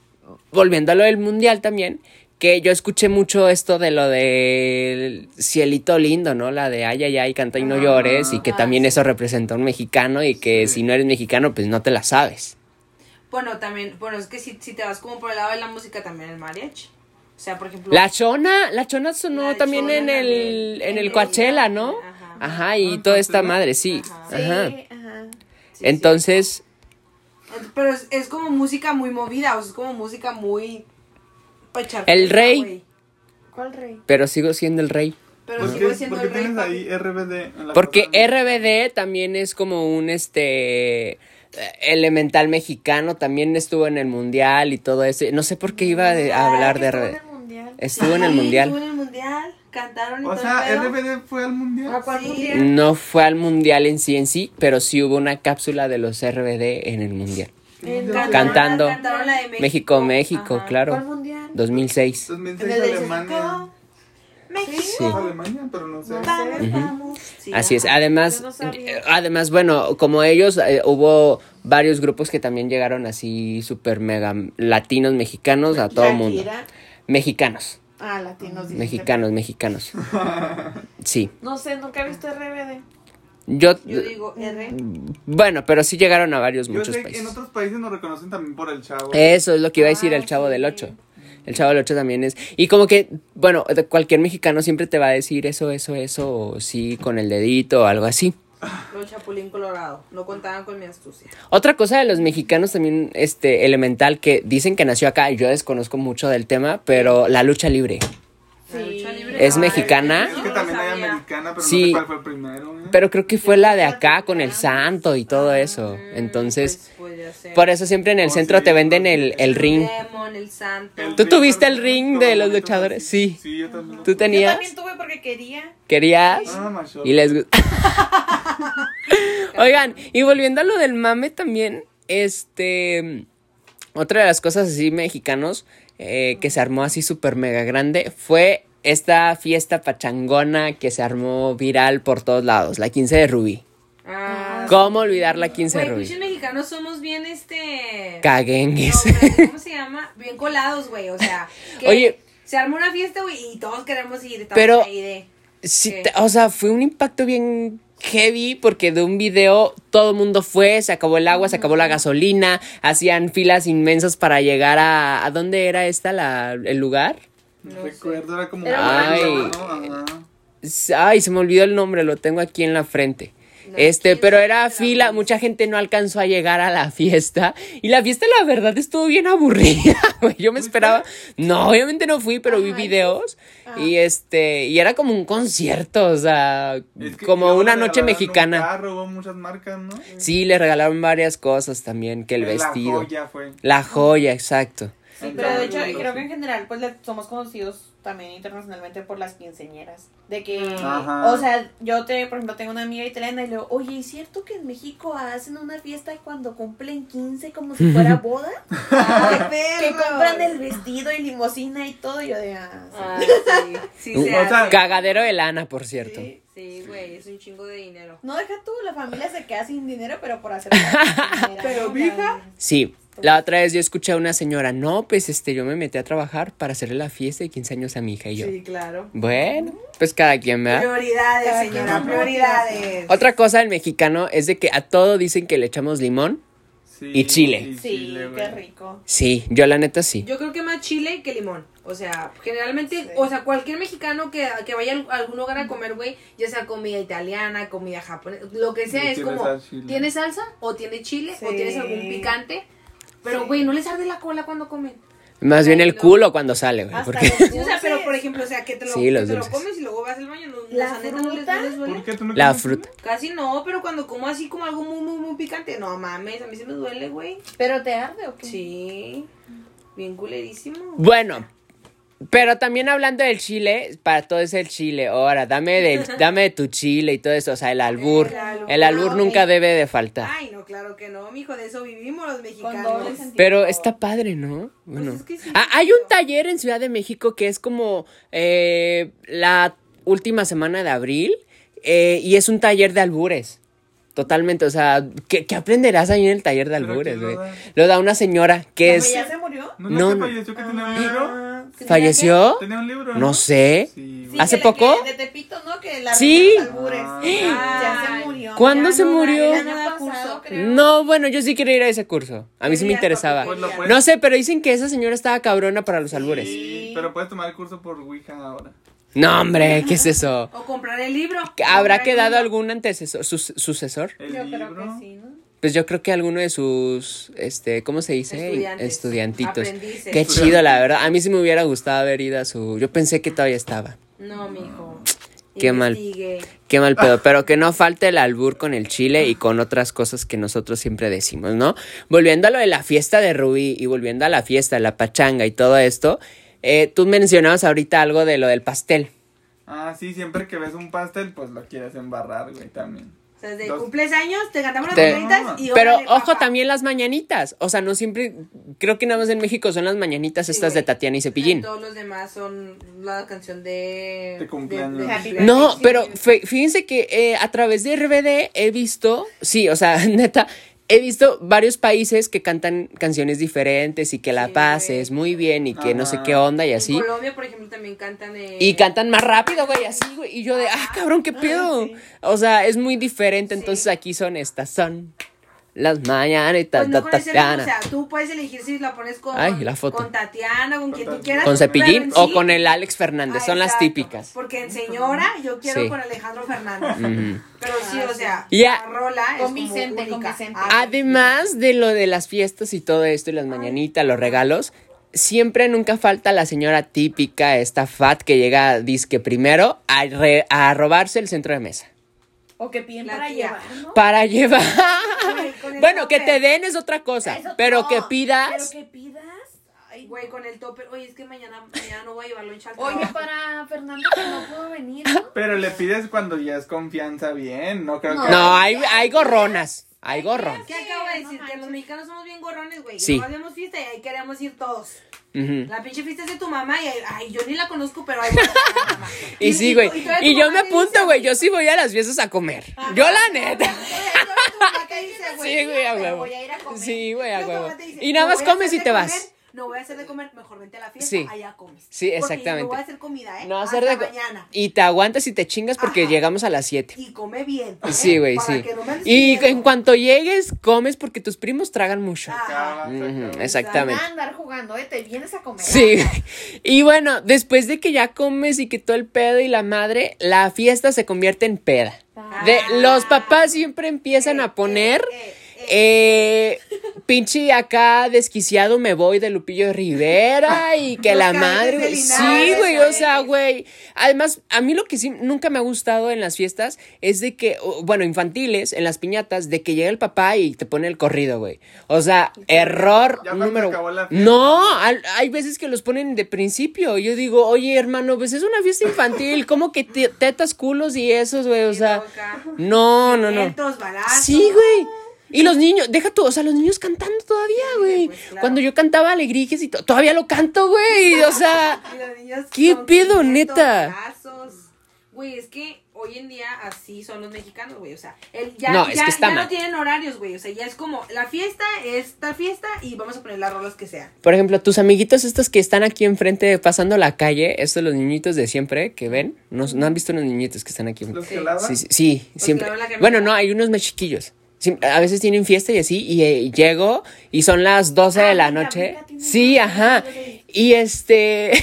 Speaker 3: volviendo a lo del mundial también, que yo escuché mucho esto de lo del cielito lindo, ¿no? La de ay, ay, ay, canta y no
Speaker 2: Ah,
Speaker 3: llores, y que
Speaker 1: ah,
Speaker 3: también
Speaker 1: sí.
Speaker 3: eso representa a un mexicano y que
Speaker 2: Sí.
Speaker 3: si no eres mexicano, pues no te la sabes.
Speaker 1: Bueno, también, bueno, es que si, si te vas como por el lado de la música, también el mariachi. O sea, por ejemplo...
Speaker 3: La chona, la chona sonó
Speaker 1: La
Speaker 3: también
Speaker 1: Chona
Speaker 3: en el,
Speaker 1: también.
Speaker 3: en
Speaker 1: En
Speaker 3: el
Speaker 1: el-
Speaker 3: Coachella, ¿no?
Speaker 1: ajá.
Speaker 3: Ajá, y
Speaker 2: Ah,
Speaker 3: toda esta
Speaker 2: Coachella.
Speaker 3: madre, sí.
Speaker 4: Sí,
Speaker 3: Ajá.
Speaker 4: ajá.
Speaker 1: sí,
Speaker 3: Entonces,
Speaker 1: sí. eh, Pero es, es como música muy movida, o sea, es como música muy... pa' charcuta,
Speaker 3: El rey.
Speaker 1: güey.
Speaker 4: ¿Cuál rey?
Speaker 3: pero sigo siendo el rey.
Speaker 1: Pero
Speaker 2: ¿Por
Speaker 1: sigo
Speaker 2: qué,
Speaker 1: siendo
Speaker 2: por qué
Speaker 1: el rey.
Speaker 2: tienes
Speaker 1: papi.
Speaker 2: ahí eh? RBD en la
Speaker 3: Porque
Speaker 2: cosa?
Speaker 3: RBD también es como un este eh, elemental mexicano, también estuvo en el mundial y todo eso. No sé por qué iba de- a
Speaker 4: Ah,
Speaker 3: hablar de Eh, RBD.
Speaker 4: RBD.
Speaker 3: Estuvo en el
Speaker 1: Sí,
Speaker 3: mundial.
Speaker 1: Estuvo en el mundial, cantaron y
Speaker 2: O
Speaker 1: todo
Speaker 2: sea,
Speaker 1: el pedo.
Speaker 2: RBD fue al mundial.
Speaker 4: ¿A cuál
Speaker 1: Sí.
Speaker 4: mundial?
Speaker 3: No fue al mundial en sí en sí, pero sí hubo una cápsula de los RBD en el mundial.
Speaker 2: ¿Qué
Speaker 4: en
Speaker 2: mundial?
Speaker 3: Canta- Mm, Cantando.
Speaker 1: Cantaron la de México.
Speaker 3: México, México,
Speaker 1: Ajá.
Speaker 4: ¿Cuál
Speaker 3: claro.
Speaker 4: mundial?
Speaker 3: 2006.
Speaker 2: 2006
Speaker 4: En el de
Speaker 2: Alemania.
Speaker 4: México. México.
Speaker 3: Sí.
Speaker 2: Alemania, pero no sé.
Speaker 4: Vamos,
Speaker 1: Ujú.
Speaker 4: vamos.
Speaker 1: Sí,
Speaker 3: Así es.
Speaker 1: ajá.
Speaker 3: Además,
Speaker 4: Yo no sabía.
Speaker 3: eh, además, bueno, como ellos, eh, hubo varios grupos que también llegaron así super mega latinos, mexicanos, a todo el mundo.
Speaker 4: Shakira.
Speaker 3: Mexicanos,
Speaker 4: Ah, latinos. dijiste.
Speaker 3: mexicanos, mexicanos. Sí.
Speaker 4: No sé, nunca he visto RBD.
Speaker 3: Yo,
Speaker 1: Yo digo R.
Speaker 3: bueno, pero sí llegaron a varios,
Speaker 2: Yo sé
Speaker 3: muchos
Speaker 2: que en
Speaker 3: países. Eh,
Speaker 2: otros países nos reconocen también por el chavo.
Speaker 3: Eso es lo que iba a decir
Speaker 4: Ah,
Speaker 3: el chavo del
Speaker 4: sí.
Speaker 3: 8. El chavo del 8 también es. Y como que, bueno, de- cualquier mexicano siempre te va a decir eso, eso, eso, o sí, con el dedito o algo así.
Speaker 1: Los Chapulín Colorado. No contaban con mi astucia.
Speaker 3: Otra cosa de los mexicanos también, este, elemental, que dicen que nació acá, y yo desconozco mucho del tema, pero la lucha libre.
Speaker 1: La lucha libre
Speaker 3: Es
Speaker 1: no,
Speaker 3: mexicana.
Speaker 2: Es
Speaker 1: no
Speaker 2: que
Speaker 1: lo
Speaker 2: también hay
Speaker 1: sabía.
Speaker 2: americana, pero
Speaker 3: ¿Ah? Sí.
Speaker 2: no sé cuál fue el primero. ¿eh?
Speaker 3: Pero creo que fue la de acá con el santo y todo eso. Entonces,
Speaker 1: Pues, podría ser.
Speaker 3: por eso siempre en el
Speaker 2: Oh,
Speaker 3: centro
Speaker 2: sí,
Speaker 3: te venden
Speaker 2: no,
Speaker 3: el,
Speaker 2: sí.
Speaker 3: el ring.
Speaker 1: Demon, el santo.
Speaker 2: El
Speaker 3: ¿Tú
Speaker 2: ring
Speaker 3: tuviste
Speaker 2: también,
Speaker 3: el ring
Speaker 2: todo
Speaker 3: de
Speaker 2: bonito,
Speaker 3: los luchadores?
Speaker 2: así.
Speaker 3: Sí.
Speaker 2: Sí, yo también.
Speaker 3: Tú
Speaker 4: Yo
Speaker 3: tenías,
Speaker 4: también tuve porque quería.
Speaker 3: querías
Speaker 2: Ah, macho.
Speaker 3: y les gu- (laughs) Oigan, y volviendo a lo del mame también, este, otra de las cosas así mexicanos eh, que se armó así súper mega grande fue esta fiesta pachangona que se armó viral por todos lados, la 15 de Rubí.
Speaker 1: Ah,
Speaker 3: ¿Cómo olvidar la 15 de
Speaker 1: Güey, pues pinches
Speaker 3: Rubí?
Speaker 1: mexicanos somos bien este. No,
Speaker 3: Caguengues.
Speaker 1: pero, ¿Cómo se llama? Bien colados, güey. O
Speaker 3: (laughs)
Speaker 1: sea, que
Speaker 3: Oye.
Speaker 1: se armó una fiesta, güey, y todos queremos ir. Estamos
Speaker 3: Pero-
Speaker 1: ahí de.
Speaker 3: Sí,
Speaker 1: Sí.
Speaker 3: te- o sea, fue un impacto bien heavy porque de un video todo el mundo fue, se acabó el agua, se acabó la gasolina, hacían filas inmensas para llegar a... ¿A dónde era esta la, el lugar?
Speaker 2: No Recuerdo, era como.
Speaker 4: Era
Speaker 3: Ay.
Speaker 2: ¿no? Ajá.
Speaker 3: S- Ay, se me olvidó el nombre, lo tengo aquí en la frente.
Speaker 1: fila.
Speaker 3: Este,
Speaker 1: ¿Quién
Speaker 3: pero
Speaker 1: sabe
Speaker 3: era
Speaker 1: qué
Speaker 3: fila, mucha gente no alcanzó a llegar a la fiesta. Y la fiesta, la verdad, estuvo bien aburrida, (laughs) güey. Yo me esperaba. No, obviamente no fui, pero vi
Speaker 4: Ajá, ¿y
Speaker 3: videos.
Speaker 1: pues,
Speaker 3: Y este, y era como un concierto, o sea,
Speaker 2: Es que
Speaker 3: Mm, como
Speaker 2: luego
Speaker 3: una
Speaker 2: le
Speaker 3: noche
Speaker 2: regalaron un
Speaker 3: mexicana.
Speaker 2: carro, hubo muchas marcas, ¿no?
Speaker 3: Sí, le regalaron varias cosas también, que el vestido.
Speaker 2: La joya fue.
Speaker 3: La joya, exacto.
Speaker 4: Sí, pero de hecho,
Speaker 2: Entonces,
Speaker 4: creo que en general, pues le- somos conocidos también internacionalmente por las quinceñeras. De que,
Speaker 2: Ajá.
Speaker 4: o sea, yo te, por ejemplo, tengo una amiga italiana y le digo, oye, ¿es cierto que en México hacen una fiesta cuando cumplen 15 como
Speaker 3: (laughs)
Speaker 4: si fuera boda? que compran el vestido y limosina y todo. Y yo de, ah, sí.
Speaker 1: Ah, sí, sí,
Speaker 3: Un-
Speaker 1: se
Speaker 2: o
Speaker 1: hace.
Speaker 2: sea,
Speaker 3: Cagadero de lana, por cierto.
Speaker 4: Sí.
Speaker 1: Sí, güey, es un chingo de dinero.
Speaker 4: No deja tú, la familia se queda sin dinero, pero
Speaker 3: (laughs)
Speaker 4: por hacer. la
Speaker 1: Pero,
Speaker 4: quinceañera.
Speaker 3: Sí, la otra vez yo escuché a una señora, no, pues este, yo me metí a trabajar para hacerle la fiesta de 15 años a mi hija y yo.
Speaker 1: Sí, claro.
Speaker 3: Bueno, pues cada quien, ¿verdad?
Speaker 1: Prioridades,
Speaker 4: Cada
Speaker 1: señora,
Speaker 4: quien.
Speaker 1: prioridades.
Speaker 3: Otra cosa del mexicano es de que a todo dicen que le echamos limón.
Speaker 2: Sí,
Speaker 3: Y chile.
Speaker 4: Sí,
Speaker 2: chile,
Speaker 4: qué
Speaker 2: güey.
Speaker 4: rico.
Speaker 3: Sí, yo la neta sí.
Speaker 1: Yo creo que más chile que limón. O sea, generalmente,
Speaker 4: Sí.
Speaker 1: o sea, cualquier mexicano que, que vaya a algún lugar a comer, güey, ya sea comida italiana, comida japonesa, lo que sea,
Speaker 2: Le
Speaker 1: es
Speaker 2: tiene
Speaker 1: como,
Speaker 2: sal, chile.
Speaker 1: ¿tiene salsa? ¿O tiene chile? ¿O
Speaker 4: Sí.
Speaker 1: tienes algún picante? Pero,
Speaker 4: Sí.
Speaker 1: güey, no les arde la cola cuando
Speaker 4: (laughs)
Speaker 1: comen.
Speaker 3: Más bien
Speaker 1: Ay,
Speaker 3: el
Speaker 1: no.
Speaker 3: culo cuando sale, güey.
Speaker 4: Hasta
Speaker 3: Porque
Speaker 4: los
Speaker 1: Sí, o sea,
Speaker 4: dulces.
Speaker 1: pero por ejemplo, o sea, que te lo,
Speaker 3: Sí,
Speaker 1: que
Speaker 3: los
Speaker 1: te lo
Speaker 3: dulces.
Speaker 1: comes y luego vas al baño. No, no,
Speaker 4: ¿La
Speaker 1: o sea, neta, no les,
Speaker 4: fruta?
Speaker 1: no les duele.
Speaker 2: ¿Por qué tú no
Speaker 3: (laughs) la
Speaker 2: comes
Speaker 3: fruta.
Speaker 1: Casi no, pero cuando como así como algo muy, muy, muy picante, no mames, a mí se me duele, güey.
Speaker 4: ¿Pero te arde o qué?
Speaker 1: Sí, bien culerísimo.
Speaker 3: Bueno, pero también hablando del chile, para todo es el chile. Ahora, dame del, dame de tu chile y todo eso. O sea, el albur.
Speaker 1: El albur.
Speaker 3: El albur
Speaker 4: Ah,
Speaker 3: nunca
Speaker 4: ok.
Speaker 3: debe de faltar.
Speaker 1: Ay, no, claro que no, mijo, de eso vivimos los
Speaker 4: Con
Speaker 1: mexicanos.
Speaker 4: doble sentido.
Speaker 3: Pero está padre, ¿no? Bueno.
Speaker 1: Pues es que sí.
Speaker 3: Ah, hay un taller en Ciudad de México que es como eh, la última semana de abril eh, y es un taller de albures. Totalmente, o sea, ¿qué, qué aprenderás ahí en el taller de
Speaker 2: ¿Pero
Speaker 3: albures,
Speaker 2: quién lo
Speaker 3: güey?
Speaker 2: da?
Speaker 3: Lo da una señora que
Speaker 4: ¿Pero
Speaker 3: es...
Speaker 4: ya se murió?
Speaker 2: ¿No,
Speaker 3: No,
Speaker 2: no, que
Speaker 3: no.
Speaker 2: falleció que tenía
Speaker 4: Ah.
Speaker 2: un libro?
Speaker 3: ¿Falleció?
Speaker 2: ¿Tenía un libro?
Speaker 3: No sé.
Speaker 2: Sí, güey.
Speaker 4: que
Speaker 3: ¿Hace
Speaker 4: le-
Speaker 3: poco?
Speaker 4: que De Tepito, ¿no? Que la
Speaker 3: Sí.
Speaker 4: sí. albures.
Speaker 2: Ah.
Speaker 4: ya se murió.
Speaker 3: ¿Cuándo
Speaker 4: Ya
Speaker 3: se
Speaker 4: no da-
Speaker 3: murió?
Speaker 4: El año pasado, creo.
Speaker 3: No, bueno, yo sí quiero ir a ese curso. A mí sí me
Speaker 1: Querías,
Speaker 3: interesaba.
Speaker 1: papi,
Speaker 2: Pues lo
Speaker 1: querías.
Speaker 2: puedes-
Speaker 3: No sé, pero dicen que esa señora estaba cabrona para los albures.
Speaker 2: Sí, pero puedes tomar el curso por Ouija ahora.
Speaker 3: No, hombre, ¿qué es eso?
Speaker 1: O comprar el libro.
Speaker 3: ¿Habrá
Speaker 1: Comprar el
Speaker 3: quedado
Speaker 1: libro.
Speaker 3: algún antecesor, sus- sucesor?
Speaker 2: El
Speaker 4: Yo
Speaker 2: libro.
Speaker 4: creo que sí, ¿no?
Speaker 3: Pues yo creo que alguno de sus, este, ¿cómo se dice?
Speaker 1: Estudiantes.
Speaker 3: Estudiantitos.
Speaker 1: Aprendices.
Speaker 3: Qué chido, la verdad. A mí sí me hubiera gustado haber ido a su... Yo pensé que todavía estaba.
Speaker 1: No, mijo.
Speaker 3: Qué mal.
Speaker 1: Investigue.
Speaker 3: Qué
Speaker 1: (laughs)
Speaker 3: mal pedo, pero que no falte el albur con el chile y con otras cosas que nosotros siempre decimos, ¿no? Volviendo a lo de la fiesta de Rubí y volviendo a la fiesta, la pachanga y todo esto, eh, tú mencionabas ahorita algo de lo del pastel.
Speaker 2: Ah, sí, siempre que ves un pastel, pues lo quieres embarrar, güey, también.
Speaker 1: O sea, de
Speaker 2: Dos.
Speaker 1: cumples años, te cantamos las
Speaker 3: Te-
Speaker 1: mañanitas y
Speaker 3: Pero
Speaker 1: órale,
Speaker 3: ojo
Speaker 1: papá.
Speaker 3: también las mañanitas, o sea, no siempre, creo que nada más en México son las mañanitas
Speaker 1: Sí,
Speaker 3: estas
Speaker 1: güey.
Speaker 3: de Tatiana y Cepillín.
Speaker 1: Todos los demás son la canción de.
Speaker 2: De cumpleaños.
Speaker 4: Happy birthday.
Speaker 3: No,
Speaker 4: Sí.
Speaker 3: pero fe- fíjense que eh, a través de RBD he visto, sí, o sea, (laughs) neta, he visto varios países que cantan canciones diferentes y que la
Speaker 1: Sí,
Speaker 3: pases
Speaker 1: güey.
Speaker 3: muy bien y que no sé
Speaker 2: Ajá.
Speaker 3: qué onda y así.
Speaker 1: En Colombia, por ejemplo, también cantan. eh,
Speaker 3: Y cantan más rápido, güey, así, güey. Y yo de, ah, cabrón, qué pedo. O sea, es muy diferente. Entonces aquí son estas, son las mañanitas,
Speaker 1: Pues no
Speaker 3: ta,
Speaker 1: con ese ritmo,
Speaker 3: Tatiana.
Speaker 1: o sea, tú puedes elegir si la pones con,
Speaker 3: Ay, la foto.
Speaker 1: con Tatiana, con quien tú
Speaker 2: Tatiana.
Speaker 1: quieras.
Speaker 3: con Cepillín
Speaker 1: pero en
Speaker 3: o
Speaker 1: sí-
Speaker 3: con el Alex
Speaker 1: Ah,
Speaker 3: Fernández. Son las
Speaker 1: exacto.
Speaker 3: típicas.
Speaker 1: Porque en señora yo quiero
Speaker 3: Sí.
Speaker 1: con Alejandro Fernández.
Speaker 3: Ujú.
Speaker 1: Pero sí, o sea,
Speaker 3: Ya.
Speaker 1: la rola es
Speaker 4: Con
Speaker 1: como
Speaker 4: Vicente, con
Speaker 1: única.
Speaker 4: Vicente.
Speaker 1: Ah,
Speaker 3: Además de lo de las fiestas y todo esto y las mañanitas, los regalos, siempre nunca falta la señora típica, esta fat que llega disque primero a, re- a robarse el centro de mesa.
Speaker 4: O que piden
Speaker 1: La
Speaker 4: para
Speaker 1: tía.
Speaker 4: llevar, ¿no?
Speaker 1: (laughs)
Speaker 3: Para llevar.
Speaker 1: Güey, con el
Speaker 3: Bueno, que
Speaker 1: topper.
Speaker 3: te den es otra cosa,
Speaker 4: Eso
Speaker 3: pero
Speaker 4: no.
Speaker 3: que pidas.
Speaker 4: Pero que pidas. Ay,
Speaker 1: Güey, con el tope. Oye, es que mañana, mañana no voy a llevarlo en chalca.
Speaker 4: Oye, para Fernando que no
Speaker 3: (laughs)
Speaker 4: pudo venir, ¿no?
Speaker 2: Pero le pides cuando ya es confianza bien, no creo que...
Speaker 3: No, hay, hay gorronas, hay gorronas.
Speaker 1: ¿Qué acabo de decir?
Speaker 4: No
Speaker 1: que
Speaker 4: manches.
Speaker 1: los mexicanos somos bien gorrones, güey.
Speaker 3: Sí.
Speaker 1: Sí. No hacemos fiesta y ahí queremos ir todos. (laughs)
Speaker 3: Ujú.
Speaker 1: La pinche fiesta es de tu mamá y ahí, ay, yo ni la conozco,
Speaker 3: (laughs)
Speaker 1: pero ahí voy a la mamá.
Speaker 3: Y sí, güey.
Speaker 1: todavía
Speaker 3: Y
Speaker 1: tu
Speaker 3: yo
Speaker 1: mamá
Speaker 3: me
Speaker 1: te dice,
Speaker 3: apunto, güey. Yo sí voy a las fiestas a comer.
Speaker 1: Ah,
Speaker 3: Yo la
Speaker 1: "Oye,
Speaker 3: neta.
Speaker 1: todavía tu mamá te dice, güey,
Speaker 3: Sí, güey, a
Speaker 1: pero
Speaker 3: huevo.
Speaker 1: voy a ir a comer".
Speaker 3: Sí, güey, a
Speaker 1: Luego tu
Speaker 3: huevo.
Speaker 1: mamá te dice,
Speaker 3: Y nada
Speaker 1: "No
Speaker 3: más
Speaker 1: voy a
Speaker 3: comes y
Speaker 1: hacer
Speaker 3: te
Speaker 1: de
Speaker 3: vas".
Speaker 1: comer, No voy a hacer de comer, mejor vente a la fiesta,
Speaker 3: Sí.
Speaker 1: allá comes.
Speaker 3: Sí,
Speaker 1: Porque
Speaker 3: exactamente.
Speaker 1: no voy a hacer comida, ¿eh?
Speaker 3: No
Speaker 1: Hasta
Speaker 3: hacer de co-
Speaker 1: mañana.
Speaker 3: Y te aguantas y te chingas porque
Speaker 1: Ajá.
Speaker 3: llegamos a las 7.
Speaker 1: Y come bien. ¿eh?
Speaker 3: Sí, güey,
Speaker 1: Para
Speaker 3: sí.
Speaker 1: que no me andes
Speaker 3: Y
Speaker 1: pidiendo.
Speaker 3: en cuanto llegues, comes porque tus primos tragan mucho.
Speaker 1: Ah,
Speaker 2: Acaba, se
Speaker 3: Ujú,
Speaker 2: acaba.
Speaker 3: exactamente.
Speaker 4: Van a andar jugando, ¿eh? Te vienes a comer.
Speaker 3: Sí. Y bueno, después de que ya comes y que todo el pedo y la madre, la fiesta se convierte en peda.
Speaker 4: Ah,
Speaker 3: De, los papás siempre empiezan a poner. Eh, pinche acá desquiciado me voy de Lupillo Rivera y que
Speaker 1: Los
Speaker 3: la
Speaker 1: Caifanes
Speaker 3: madre,
Speaker 1: de
Speaker 3: güey.
Speaker 1: Linares,
Speaker 3: Sí, güey, o
Speaker 1: güey.
Speaker 3: sea, güey. Además, a mí lo que sí nunca me ha gustado en las fiestas es de que, o- bueno, infantiles, en las piñatas, de que llega el papá y te pone el corrido, güey. O sea, error
Speaker 2: Ya cuando
Speaker 3: número.
Speaker 2: acabó la fiesta.
Speaker 3: No, al- hay veces que los ponen de principio. Yo digo, oye, hermano, pues es una fiesta infantil, ¿cómo que te- tetas, culos y esos, güey? O sea, no, no, no.
Speaker 1: Vientos, balazos.
Speaker 3: Sí, güey. Y los niños, deja tú, o sea, los niños cantando todavía, güey.
Speaker 1: pues, claro.
Speaker 3: Cuando yo cantaba alegrijes y to- todavía lo canto, güey. O sea,
Speaker 1: Y los niños
Speaker 3: ¿Qué
Speaker 1: con
Speaker 3: pedo,
Speaker 1: vientos,
Speaker 3: neta?
Speaker 1: balazos. Güey, es que hoy en día así son los mexicanos, güey. O sea, el- ya,
Speaker 3: No, es
Speaker 1: ya-
Speaker 3: que está
Speaker 1: ya
Speaker 3: mal.
Speaker 1: no tienen horarios, güey. O sea, ya es como la fiesta, esta fiesta y vamos a poner las rolas que sean.
Speaker 3: por ejemplo, tus amiguitos estos que están aquí enfrente pasando la calle, estos los niñitos de siempre que ven, no, no han visto los niñitos que están aquí.
Speaker 2: Los
Speaker 1: Sí.
Speaker 2: que lavan.
Speaker 3: Sí, sí, sí,
Speaker 1: Los
Speaker 3: siempre.
Speaker 1: que lavan la camioneta.
Speaker 3: Bueno, no, hay unos más chiquillos. Siem- A veces tienen fiesta y así, y eh, llego y son las 12 de
Speaker 4: Ah,
Speaker 3: la
Speaker 4: mira,
Speaker 3: noche.
Speaker 4: mira, tiene
Speaker 3: Sí,
Speaker 4: razón,
Speaker 3: ajá.
Speaker 4: güey.
Speaker 3: Y este...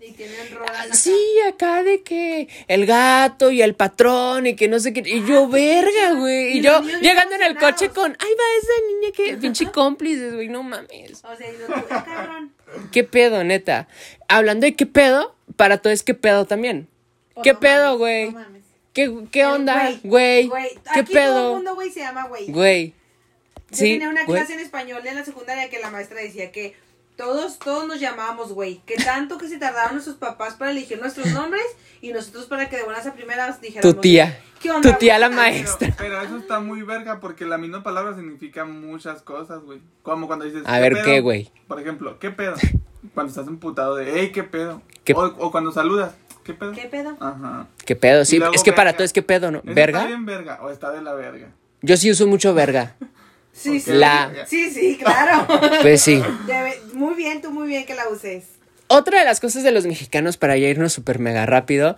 Speaker 1: Y tienen rolas. acá.
Speaker 3: Ah, (laughs) Sí, acá de que el gato y el patrón y que no sé qué. Y yo, verga, güey. Y
Speaker 1: Y
Speaker 3: yo
Speaker 1: los niños bien
Speaker 3: llegando en el
Speaker 1: emocionados.
Speaker 3: coche con, ay, va esa niña que pinche cómplices, güey, no mames.
Speaker 1: O sea, y los- ah, cabrón.
Speaker 3: ¿Qué pedo, neta? Hablando de qué pedo, para todo es qué pedo también.
Speaker 4: Oh,
Speaker 3: ¿Qué
Speaker 4: no
Speaker 3: pedo,
Speaker 4: mames,
Speaker 3: güey?
Speaker 4: no mames.
Speaker 3: ¿Qué, qué onda, güey?
Speaker 1: Güey,
Speaker 3: ¿Qué
Speaker 1: aquí todo el
Speaker 3: pedo?
Speaker 1: mundo, güey, se llama güey.
Speaker 3: Güey.
Speaker 1: Yo
Speaker 3: Sí,
Speaker 1: tenía una
Speaker 3: güey.
Speaker 1: clase en español en la secundaria que la maestra decía que todos, todos nos llamábamos güey. Que tanto que se tardaron nuestros papás para elegir nuestros nombres y nosotros para que de buenas a primeras dijéramos.
Speaker 3: Tu tía.
Speaker 1: ¿Qué onda,
Speaker 3: Tu tía la
Speaker 1: güey?
Speaker 3: maestra.
Speaker 2: Pero, pero eso está muy verga porque la misma palabra significa muchas cosas, güey. Como cuando dices.
Speaker 3: A ver,
Speaker 2: pedo?
Speaker 3: ¿qué, güey?
Speaker 2: Por ejemplo, ¿qué pedo? Cuando estás emputado de, hey, ¿qué pedo?
Speaker 3: ¿Qué-
Speaker 2: O, o cuando saludas, ¿qué pedo?
Speaker 1: ¿Qué pedo?
Speaker 2: Ajá.
Speaker 3: ¿Qué pedo?
Speaker 2: Y
Speaker 3: Sí,
Speaker 2: luego
Speaker 3: es que para
Speaker 2: verga.
Speaker 3: todo es qué pedo, ¿no?
Speaker 2: Eso
Speaker 3: ¿Verga?
Speaker 2: ¿Está bien verga o está de la verga?
Speaker 3: Yo sí uso mucho verga.
Speaker 1: Sí, sí.
Speaker 3: La-
Speaker 1: Sí, sí,
Speaker 3: (laughs)
Speaker 1: claro.
Speaker 3: Pues sí.
Speaker 1: Debe- muy bien, tú muy bien que la uses.
Speaker 3: Otra de las cosas de los mexicanos para ya irnos súper mega rápido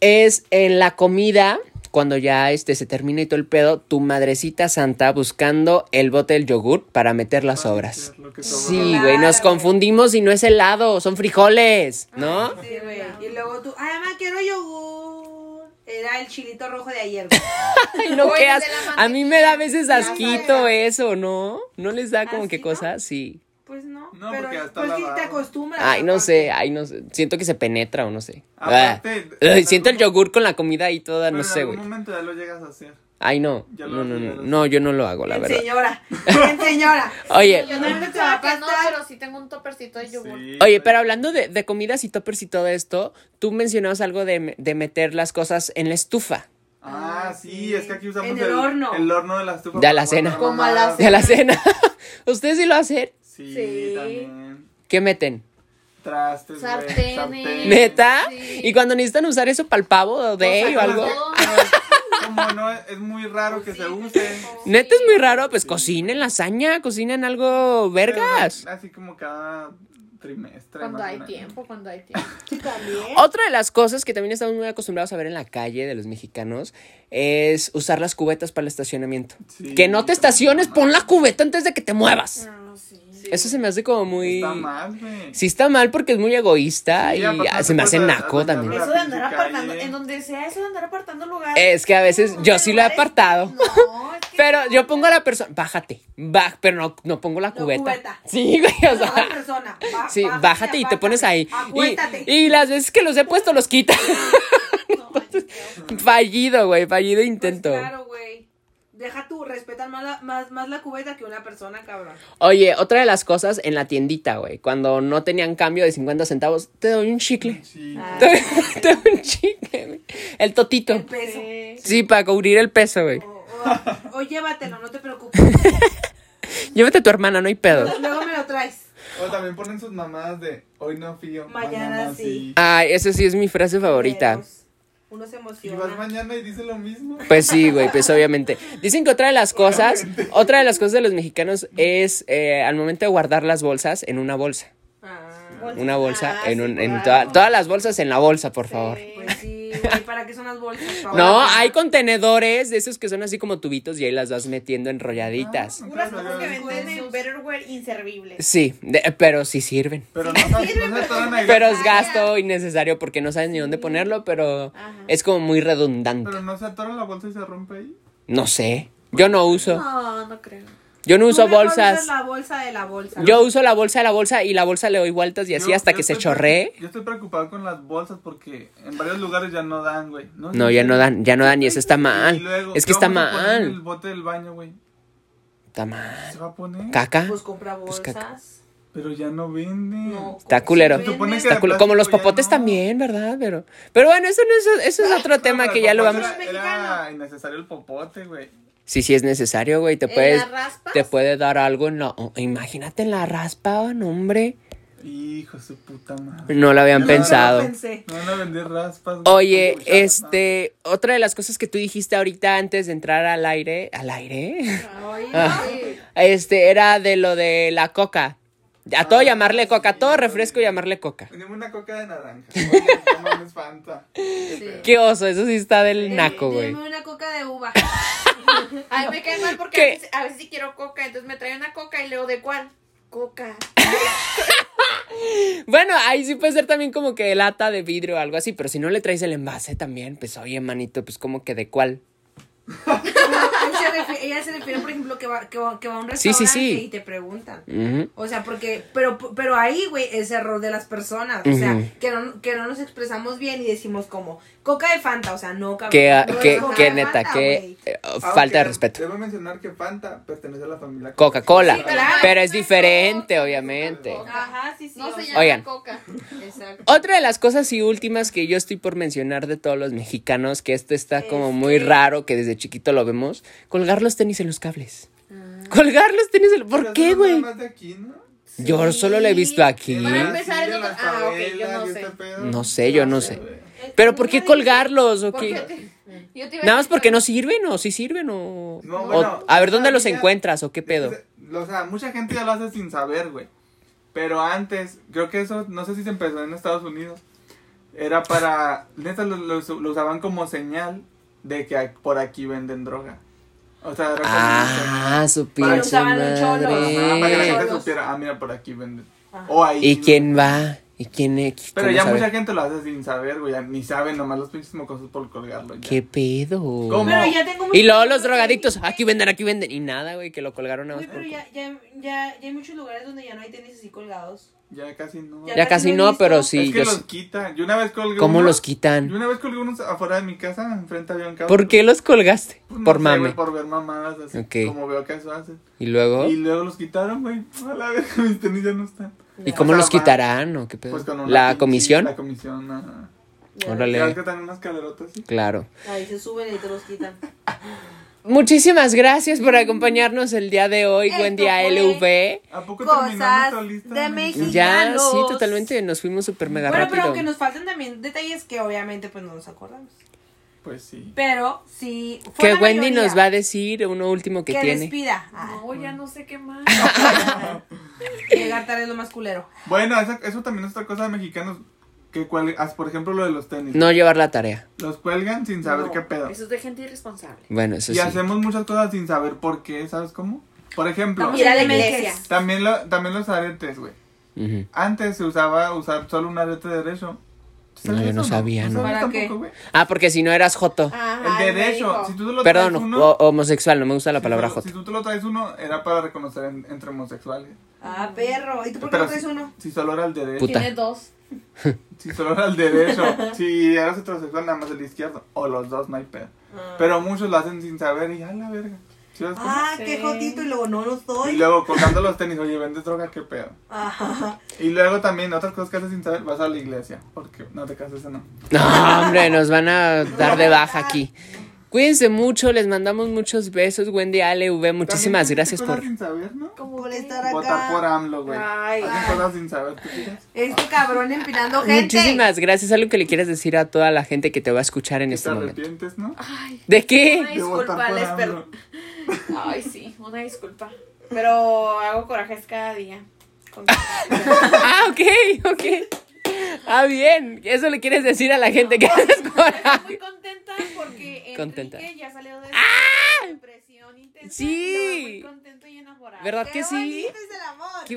Speaker 3: es en la comida, cuando ya este se termina y todo el pedo, tu madrecita santa buscando el bote del yogurt para meter las
Speaker 2: Ay,
Speaker 3: obras.
Speaker 2: qué es lo que sobró.
Speaker 3: Sí, güey, nos
Speaker 1: Claro.
Speaker 3: confundimos y no es helado, son frijoles, ¿no?
Speaker 1: Sí, güey. Y luego tú, ay, mamá, quiero yogur. Era el chilito rojo de ayer. güey.
Speaker 3: Ay, no,
Speaker 4: Güey,
Speaker 3: qué
Speaker 4: de
Speaker 3: as-
Speaker 4: la
Speaker 3: A mí me da a veces
Speaker 1: mantequilla.
Speaker 3: asquito eso, ¿no? ¿No les da como que
Speaker 1: ¿Asquito?
Speaker 3: cosas? Sí.
Speaker 1: Pues no.
Speaker 2: No,
Speaker 1: pero
Speaker 2: porque ya está
Speaker 1: pues sí te
Speaker 2: lavado.
Speaker 1: acostumbras.
Speaker 3: Ay, no sé,
Speaker 1: aparte.
Speaker 3: ay, no sé. Siento que se penetra o no sé. Ah.
Speaker 2: Aparte,
Speaker 3: Ay,
Speaker 2: en
Speaker 3: (laughs) siento el
Speaker 2: algún-
Speaker 3: yogur con la comida y toda,
Speaker 2: Pero
Speaker 3: no
Speaker 2: en
Speaker 3: sé,
Speaker 2: algún
Speaker 3: güey.
Speaker 2: momento ya lo llegas a hacer.
Speaker 3: Ay, no.
Speaker 2: Ya
Speaker 3: No,
Speaker 2: lo
Speaker 3: no, no.
Speaker 2: haces,
Speaker 3: No, yo no lo hago, la
Speaker 1: Bien,
Speaker 3: verdad.
Speaker 1: señora. Bien, señora.
Speaker 3: (laughs) Oye,
Speaker 4: Yo
Speaker 1: No,
Speaker 4: no
Speaker 1: no te
Speaker 4: me
Speaker 1: va a
Speaker 4: que no,
Speaker 1: pasar.
Speaker 4: pero sí tengo un topercito de yogur.
Speaker 2: Sí,
Speaker 3: oye,
Speaker 2: güey.
Speaker 3: pero hablando de, de comidas y toppers y todo esto, tú mencionabas algo de, me- de meter las cosas en la estufa
Speaker 2: Ah, sí, es que aquí usamos
Speaker 1: En el horno.
Speaker 2: El horno de la estufa.
Speaker 3: De
Speaker 2: para
Speaker 3: alacena.
Speaker 2: guardar
Speaker 4: Como a la
Speaker 2: mamadas.
Speaker 3: de la cena. (laughs) ¿Ustedes sí lo hacen?
Speaker 2: Sí,
Speaker 1: Sí.
Speaker 2: también.
Speaker 3: ¿Qué meten?
Speaker 2: Trastes, güey,
Speaker 4: Sartenes.
Speaker 2: sartén.
Speaker 3: ¿Neta?
Speaker 4: Sí.
Speaker 3: Y cuando necesitan usar eso para el pavo de
Speaker 2: Cosas
Speaker 3: o algo.
Speaker 2: que-
Speaker 4: algo.
Speaker 2: Como no, es muy raro que se use.
Speaker 3: Neta es muy raro, pues cocinen lasaña, cocinen algo vergas.
Speaker 2: Pero Así como cada trimestre.
Speaker 4: Cuando
Speaker 2: más o
Speaker 4: hay
Speaker 2: menos.
Speaker 4: tiempo, cuando hay tiempo.
Speaker 1: Sí, también.
Speaker 3: Otra de las cosas que también estamos muy acostumbrados a ver en la calle de los mexicanos es usar las cubetas para el estacionamiento.
Speaker 2: Sí,
Speaker 3: que no te
Speaker 2: está
Speaker 3: estaciones,
Speaker 2: mal.
Speaker 3: pon la cubeta antes de que te muevas.
Speaker 4: No, Ah, sí.
Speaker 3: Eso se me hace como muy...
Speaker 2: Está mal, güey.
Speaker 3: Sí está mal porque es muy egoísta
Speaker 2: Sí,
Speaker 3: y
Speaker 2: aparte
Speaker 3: ah,
Speaker 2: no
Speaker 3: se
Speaker 2: te
Speaker 3: me hace
Speaker 2: puedes
Speaker 3: naco
Speaker 2: adaptar.
Speaker 3: también.
Speaker 2: La
Speaker 4: Eso de andar
Speaker 2: pinche
Speaker 4: apartando,
Speaker 2: calle.
Speaker 4: en donde sea eso de andar apartando lugares.
Speaker 3: Es que a veces yo sí lo he apartado.
Speaker 4: No, es que
Speaker 3: Pero yo pongo a la persona, bájate, baj, pero no, no pongo la
Speaker 1: No,
Speaker 3: cubeta.
Speaker 1: cubeta.
Speaker 3: Sí, güey, (laughs) o
Speaker 1: Otra
Speaker 3: sea,
Speaker 1: persona. ba-
Speaker 3: sí, bájate y te
Speaker 1: apártate,
Speaker 3: pones ahí. Y,
Speaker 1: acuéstate.
Speaker 3: y las veces que los he puesto los quita.
Speaker 1: (laughs)
Speaker 3: fallido, güey, fallido
Speaker 1: Pues
Speaker 3: intento.
Speaker 1: claro, güey. Deja tú, respetan más la, más, más la cubeta que una persona, cabrón.
Speaker 3: Oye, otra de las cosas en la tiendita, güey, cuando no tenían cambio de 50 centavos, te doy un chicle. (laughs)
Speaker 2: Sí.
Speaker 3: Te doy, te doy un chicle, güey. El totito.
Speaker 1: El peso.
Speaker 3: Sí, para cubrir el peso, güey.
Speaker 1: O, o- o llévatelo, no te preocupes. (laughs)
Speaker 3: Llévate a tu hermana, no hay pedo.
Speaker 1: Luego me lo traes.
Speaker 2: O también ponen sus mamadas de hoy no fío.
Speaker 1: Mañana sí.
Speaker 3: Ay, esa sí es mi frase favorita.
Speaker 1: Veros. pues, Uno se
Speaker 2: Y vas
Speaker 1: emociona.
Speaker 2: mañana y dice lo mismo.
Speaker 3: Pues sí, güey, pues obviamente. Dicen que otra de las cosas, otra de las cosas de los mexicanos es eh, al momento de guardar las bolsas en una bolsa.
Speaker 1: Ah,
Speaker 4: Bolsa.
Speaker 3: Una bolsa
Speaker 4: Ah,
Speaker 3: en,
Speaker 4: sí,
Speaker 3: un, en
Speaker 4: claro.
Speaker 3: toda- todas las bolsas en la bolsa, por favor.
Speaker 4: Sí.
Speaker 1: pues sí. güey, ¿para qué son las bolsas? Pa'
Speaker 3: No,
Speaker 1: guardar.
Speaker 3: hay contenedores de esos que son así como tubitos y ahí las vas metiendo enrolladitas.
Speaker 4: Puras cosas que
Speaker 1: Con
Speaker 4: venden en
Speaker 1: esos-
Speaker 4: Betterware inservibles.
Speaker 3: Sí, de- pero sí sirven.
Speaker 2: Pero no, no, no se toman ahí.
Speaker 3: Pero es
Speaker 4: Vaya.
Speaker 3: gasto innecesario porque no sabes ni dónde ponerlo, pero
Speaker 4: Ajá.
Speaker 3: es como muy redundante.
Speaker 2: Pero no se atora la bolsa y se rompe ahí.
Speaker 3: No sé. Yo no uso.
Speaker 4: No, no creo.
Speaker 3: Yo no
Speaker 1: Tú
Speaker 3: uso
Speaker 1: mejor
Speaker 3: bolsas.
Speaker 1: usas la bolsa de la bolsa.
Speaker 3: Yo uso la bolsa de la bolsa y la bolsa le doy vueltas y así
Speaker 2: Yo-
Speaker 3: hasta
Speaker 2: yo
Speaker 3: que se
Speaker 2: estoy-
Speaker 3: chorree.
Speaker 2: Yo estoy preocupado con las bolsas porque en varios lugares ya no dan, güey.
Speaker 3: No, ya no dan, ya no dan y eso está
Speaker 2: pues, Y
Speaker 3: mal.
Speaker 2: luego,
Speaker 3: Es que
Speaker 2: ¿qué
Speaker 3: está
Speaker 2: vamos a poner en El
Speaker 3: mal.
Speaker 2: bote del baño, güey.
Speaker 3: Está mal.
Speaker 2: Se va a poner.
Speaker 3: Caca.
Speaker 1: Pues compra bolsas.
Speaker 3: caca.
Speaker 2: Pero ya no venden.
Speaker 1: No.
Speaker 3: Está culero.
Speaker 1: Se
Speaker 2: Se supone
Speaker 1: venden-
Speaker 2: que-
Speaker 3: Está cul- Como los
Speaker 2: plástico ya
Speaker 3: popotes
Speaker 2: no.
Speaker 3: también, ¿verdad? Pero, pero bueno, eso, no es, eso es otro tema
Speaker 2: pero
Speaker 3: que
Speaker 2: el
Speaker 3: ya lo
Speaker 2: popote
Speaker 3: vamos.
Speaker 2: Era, era innecesario el popote, güey.
Speaker 3: Sí, sí es necesario, güey. Te
Speaker 4: ¿En
Speaker 3: puedes,
Speaker 4: las raspas?
Speaker 3: te puede dar algo en la. oh, imagínate en la raspa, no, hombre.
Speaker 2: Hijo de su puta madre.
Speaker 3: No lo habían
Speaker 2: No, no, no,
Speaker 3: pensado.
Speaker 1: No pensé.
Speaker 2: No van a vender raspas. güey.
Speaker 3: Oye,
Speaker 2: Uy, ya,
Speaker 3: este, otra de las cosas que tú dijiste ahorita antes de entrar al aire, al aire, (laughs)
Speaker 1: Oye,
Speaker 3: Ah.
Speaker 1: sí.
Speaker 3: este, era de lo de la coca. A
Speaker 2: Ah,
Speaker 3: todo llamarle coca, a todo refresco llamarle coca.
Speaker 2: no. Dime una coca de naranja. (laughs) Oye, no mames, Fanta.
Speaker 3: Qué oso, eso sí está del
Speaker 1: Deme-
Speaker 3: naco, güey.
Speaker 1: Deme una coca de uva. (laughs)
Speaker 4: Ay, me cae mal porque
Speaker 3: ¿Qué?
Speaker 4: a veces, a veces sí quiero coca, entonces me trae una coca y leo de cuál. Coca.
Speaker 3: Bueno, ahí sí puede ser también como que lata de vidrio o algo así, pero si no le traes el envase también, pues oye, manito, pues como que de cuál.
Speaker 1: Él se refiere- ella se refiere, por ejemplo, que va, que va, que va a un
Speaker 3: Sí,
Speaker 1: restaurante
Speaker 3: sí, sí.
Speaker 1: y te preguntan.
Speaker 3: Ujú.
Speaker 1: O sea, porque, pero, pero ahí, güey, es error de las personas. O sea, que no, que no nos expresamos bien y decimos como, coca de Fanta, o sea, no, cabrón.
Speaker 3: Que,
Speaker 1: Ah,
Speaker 3: ah,
Speaker 1: no es
Speaker 3: que,
Speaker 1: coca
Speaker 3: que
Speaker 1: de
Speaker 3: neta,
Speaker 1: Fanta,
Speaker 3: que
Speaker 1: güey.
Speaker 3: eh, oh,
Speaker 2: Aunque
Speaker 3: falta de respeto.
Speaker 2: Debo mencionar que Fanta pertenece a la familia
Speaker 3: Coca-Cola,
Speaker 4: Sí, claro.
Speaker 3: pero es diferente, obviamente.
Speaker 1: Ajá, sí, sí.
Speaker 4: No
Speaker 1: o
Speaker 4: se
Speaker 1: sea,
Speaker 4: llama
Speaker 3: Oigan.
Speaker 4: coca.
Speaker 1: Exacto.
Speaker 3: Otra de las cosas y últimas que yo estoy por mencionar de todos los mexicanos, que esto está como muy raro, que desde chiquito lo vemos, colgar los tenis en los cables. Colgar los tenis en...
Speaker 2: Pero
Speaker 3: ¿Por
Speaker 2: eso
Speaker 3: qué,
Speaker 2: no
Speaker 3: güey?
Speaker 2: nada más de aquí, ¿no?
Speaker 3: Yo solo lo he visto aquí.
Speaker 4: Para
Speaker 2: Ah,
Speaker 4: empezar,
Speaker 2: sí,
Speaker 4: es
Speaker 2: de
Speaker 4: lo que-
Speaker 2: las
Speaker 4: ah, ok, yo
Speaker 2: favelas
Speaker 4: no
Speaker 2: y
Speaker 4: sé.
Speaker 2: este pedo.
Speaker 3: No sé, yo no sé.
Speaker 2: güey.
Speaker 3: Pero ¿por qué colgarlos o
Speaker 4: Porque
Speaker 3: qué?
Speaker 4: te- yo te iba a
Speaker 3: Nada más
Speaker 4: decir-
Speaker 3: porque
Speaker 4: (laughs)
Speaker 3: no sirven o sí sirven o...
Speaker 2: No,
Speaker 3: o-
Speaker 2: bueno,
Speaker 3: a ver, ¿dónde los
Speaker 2: todavía-
Speaker 3: encuentras o qué pedo?
Speaker 2: Es que se- O sea, mucha gente ya lo hace sin saber, güey. Pero antes, creo que eso, no sé si se empezó en Estados Unidos. Era para. Neta, lo, lo us- lo usaban como señal de que a- por aquí venden droga. O sea, era como
Speaker 3: Ah, su
Speaker 2: Para
Speaker 1: que
Speaker 3: pinche
Speaker 1: usaban los cholos.
Speaker 2: una señal. Ajá, para que la gente
Speaker 1: Cholos.
Speaker 3: madre.
Speaker 2: supiera, ah, mira, por aquí venden.
Speaker 4: Ah.
Speaker 2: O ahí.
Speaker 3: ¿Y quién va? ¿Y quién es?
Speaker 2: Pero
Speaker 3: ¿Cómo
Speaker 2: ya
Speaker 3: sabe?
Speaker 2: mucha gente lo hace sin saber, güey. ya Ni saben, nomás los pinches mocosos por colgarlo. ya.
Speaker 3: ¿Qué pedo?
Speaker 2: ¿Cómo?
Speaker 1: Pero ya tengo muchos
Speaker 3: Y luego los
Speaker 1: amigos que
Speaker 3: drogadictos,
Speaker 1: dicen,
Speaker 3: aquí venden, aquí venden. Y nada, güey, que lo colgaron a
Speaker 1: Güey, pero ya, ya, ya, ya hay muchos lugares donde ya no hay tenis así colgados.
Speaker 2: Ya casi no.
Speaker 1: Ya
Speaker 3: Ya casi
Speaker 1: casi no he
Speaker 3: no,
Speaker 1: visto.
Speaker 3: pero
Speaker 2: Es
Speaker 3: sí.
Speaker 2: que
Speaker 3: yo
Speaker 2: los
Speaker 3: sí.
Speaker 2: quitan. Yo una vez colgué.
Speaker 3: ¿Cómo
Speaker 2: uno-
Speaker 3: los
Speaker 2: Yo
Speaker 3: quitan?
Speaker 2: una vez colgué unos afuera de mi casa, enfrente había un cabo.
Speaker 3: ¿Por qué los colgaste?
Speaker 2: Pues no
Speaker 3: Por
Speaker 2: sé,
Speaker 3: mame.
Speaker 2: güey, por ver mamadas así.
Speaker 3: Ok.
Speaker 2: Como veo que eso hacen.
Speaker 3: Y luego,
Speaker 2: Y luego los quitaron, güey. A la vez (laughs) mis tenis ya no están.
Speaker 3: ¿y cómo
Speaker 2: o sea,
Speaker 3: los
Speaker 2: va-
Speaker 3: quitarán o qué pedo?
Speaker 2: Pues con una
Speaker 3: ¿La
Speaker 2: pinche-
Speaker 3: comisión?
Speaker 2: La comisión, ajá.
Speaker 1: Ya,
Speaker 2: Ya ves
Speaker 3: Órale.
Speaker 2: que están unas calerotas así.
Speaker 3: Claro.
Speaker 1: Ahí se suben y te los quitan.
Speaker 3: Muchísimas gracias por acompañarnos el día de hoy.
Speaker 1: Esto
Speaker 3: Buen día,
Speaker 1: fue-
Speaker 3: LV.
Speaker 2: ¿A poco
Speaker 1: Cosas
Speaker 2: terminamos la lista?
Speaker 1: de México.
Speaker 3: Ya,
Speaker 1: Mexicanos.
Speaker 3: sí, totalmente. Nos fuimos súper mega
Speaker 1: bueno, pero
Speaker 3: rápido.
Speaker 1: aunque nos faltan también detalles que obviamente pues no nos acordamos.
Speaker 2: Pues sí.
Speaker 1: Pero sí. fue
Speaker 3: Que
Speaker 1: la
Speaker 3: Wendy
Speaker 1: mayoría
Speaker 3: nos va a decir uno último que
Speaker 1: que
Speaker 3: tiene.
Speaker 1: despida. Ah,
Speaker 4: No, ya no sé qué más.
Speaker 1: llegar tarde es lo más culero.
Speaker 2: Bueno, esa- eso también es otra cosa de mexicanos. Que cual, as- por ejemplo, lo de los tenis.
Speaker 3: No llevar la tarea.
Speaker 2: Los cuelgan sin saber
Speaker 4: No,
Speaker 2: qué pedo.
Speaker 4: Eso es de gente irresponsable.
Speaker 3: Bueno, eso
Speaker 2: y
Speaker 3: sí.
Speaker 2: hacemos muchas cosas sin saber por qué, ¿sabes cómo? Por ejemplo,
Speaker 1: Vamos
Speaker 4: Ir a la
Speaker 1: Los
Speaker 4: iglesia.
Speaker 1: elementos.
Speaker 2: también, lo, también los aretes, güey.
Speaker 3: Ujú.
Speaker 2: Antes se usaba usar solo un arete derecho. ¿Sabes
Speaker 3: No, yo no
Speaker 2: eso,
Speaker 3: sabía, ¿no?
Speaker 2: sabías
Speaker 1: ¿Para qué?
Speaker 2: tampoco, güey?
Speaker 3: Ah, porque si no eras Joto.
Speaker 1: Ah.
Speaker 4: Ajá,
Speaker 2: El
Speaker 4: él Ah, me
Speaker 2: derecho,
Speaker 4: dijo.
Speaker 2: si tú te lo
Speaker 3: Perdón,
Speaker 2: traes
Speaker 3: o-
Speaker 2: uno,
Speaker 3: homosexual, no me gusta la
Speaker 2: si
Speaker 3: palabra
Speaker 2: tú-
Speaker 3: Joto.
Speaker 2: Si tú te lo traes uno, era para reconocer en- entre homosexuales.
Speaker 1: Ah, perro. ¿Y tú por qué
Speaker 2: Pero
Speaker 1: no traes
Speaker 2: si,
Speaker 1: uno?
Speaker 2: si solo era el derecho,
Speaker 3: Puta.
Speaker 4: Tiene dos.
Speaker 2: si solo era el derecho, (laughs) si eras heterosexual, nada más el izquierdo, o los dos, no hay pedo. Pero muchos lo hacen sin saber y a la verga. ¿Sí ves cómo?
Speaker 1: Ah,
Speaker 4: Sí.
Speaker 1: qué jotito. Y luego no lo
Speaker 2: Y
Speaker 1: soy.
Speaker 2: luego colgando los tenis, oye, vendes droga, qué pedo.
Speaker 1: Ajá.
Speaker 2: Y luego también otras cosas que haces sin saber, vas a la iglesia, porque no te casas, no.
Speaker 3: No, hombre, nos van a dar de baja aquí. Cuídense mucho, les mandamos muchos besos. Wendy Ale V, muchísimas
Speaker 2: También
Speaker 3: gracias
Speaker 2: cosas
Speaker 3: por.
Speaker 2: sin saber, ¿no?
Speaker 4: Como
Speaker 1: Por
Speaker 4: que-
Speaker 1: estar
Speaker 2: Votar por
Speaker 1: acá.
Speaker 2: AMLO, güey.
Speaker 4: Ay.
Speaker 2: Hacen cosas sin saber, ¿tú fijas?
Speaker 1: Este cabrón empinando gente.
Speaker 3: Muchísimas gracias. Algo que le quieras decir a toda la gente que te va a escuchar en
Speaker 2: Que
Speaker 3: este
Speaker 2: te
Speaker 3: momento.
Speaker 2: arrepientes, ¿no?
Speaker 4: Ay,
Speaker 3: ¿De qué?
Speaker 4: Ay.
Speaker 2: De votar por
Speaker 4: Disculpales,
Speaker 2: AMLO.
Speaker 4: pero- ay, sí, una disculpa. Pero hago corajes cada día. Con-
Speaker 3: Ah, ok, ok. Ah, bien. Eso le quieres decir a la gente que eres
Speaker 4: Estoy muy contenta porque
Speaker 3: Contenta. ¡Ah!
Speaker 4: Enrique ya salió de su depresión intensa.
Speaker 3: Sí.
Speaker 4: y Muy contento y enamorado.
Speaker 3: ¿Verdad
Speaker 1: Qué
Speaker 3: que sí?
Speaker 1: bonito es el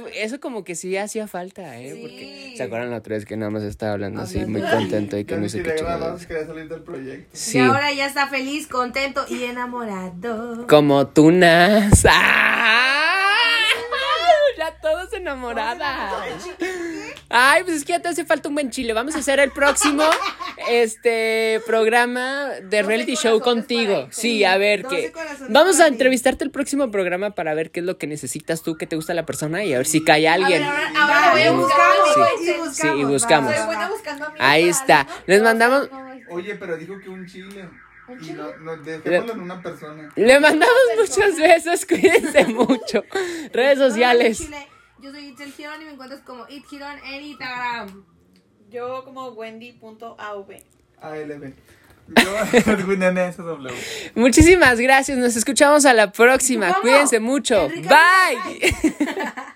Speaker 1: amor.
Speaker 3: Que- Eso como que sí hacía falta, ¿eh?
Speaker 1: Sí.
Speaker 3: Porque, ¿se acuerdan la otra vez que nada más estaba hablando así,
Speaker 1: Hablando.
Speaker 3: muy contento y que
Speaker 2: Ya
Speaker 3: no
Speaker 2: ni
Speaker 3: sé qué
Speaker 2: siquiera
Speaker 3: chingados?
Speaker 2: grabamos, quería salir del proyecto.
Speaker 3: Sí,
Speaker 1: Y ahora ya está feliz, contento y enamorado.
Speaker 3: como tunas. ¡Ah! Ya todos enamoradas. Ay, pues es que ya te hace falta un buen chile. Vamos a hacer el próximo este programa de
Speaker 1: Doce
Speaker 3: reality show
Speaker 1: corazones
Speaker 3: contigo.
Speaker 1: para ti.
Speaker 3: Sí, a ver
Speaker 1: Doce
Speaker 3: qué.
Speaker 1: corazones
Speaker 3: Vamos a
Speaker 1: para ti.
Speaker 3: entrevistarte el próximo programa para ver qué es lo que necesitas tú, qué te gusta la persona y a ver si cae alguien.
Speaker 1: A ver, ahora,
Speaker 4: ahora
Speaker 1: voy a buscar
Speaker 4: Sí.
Speaker 1: algo y
Speaker 4: Sí,
Speaker 1: buscamos.
Speaker 3: y
Speaker 1: va,
Speaker 3: buscamos.
Speaker 1: va,
Speaker 4: este, Soy
Speaker 1: va.
Speaker 4: buena buscando amigos.
Speaker 3: Ahí está. Les mandamos-
Speaker 2: Oye, pero dijo que un chile.
Speaker 4: ¿Un
Speaker 2: Y
Speaker 4: chile?
Speaker 2: no, no, dejémoslo en una persona.
Speaker 3: Le mandamos muchos besos, cuídense mucho. Redes sociales.
Speaker 1: Chile, Yo soy Itzel Girón y me encuentras como It Girón en Instagram.
Speaker 4: Yo como Wendy.av.
Speaker 2: ALB. Yo, (laughs) Edwin NSW.
Speaker 3: Muchísimas gracias, nos escuchamos a la próxima.
Speaker 1: ¿Cómo?
Speaker 3: Cuídense mucho.
Speaker 1: Enrique,
Speaker 3: Bye.